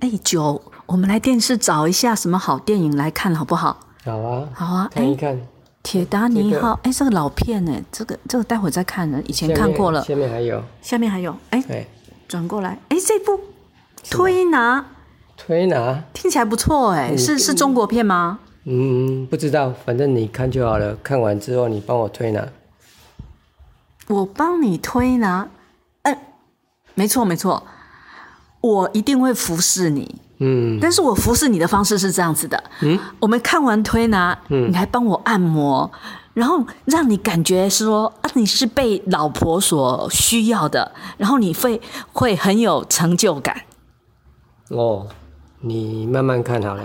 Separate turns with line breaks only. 哎，九，我们来电视找一下什么好电影来看好不好？
好啊，
好啊，
看
哎
一，看。
铁达尼
这个
号，哎，这个老片哎，这个这个待会再看呢，以前
下
看
面
过了。
下面还有，
下面还有，哎，
哎，
转过来，哎，这部推拿
推拿，
听起来不错哎，是是中国片吗？
嗯，不知道，反正你看就好了。看完之后你帮我推拿。
我帮你推拿，嗯，没错没错，我一定会服侍你。
嗯，
但是我服侍你的方式是这样子的，嗯，我们看完推拿，你还帮我按摩，然后让你感觉是说啊，你是被老婆所需要的，然后你会会很有成就感。
哦，你慢慢看好了。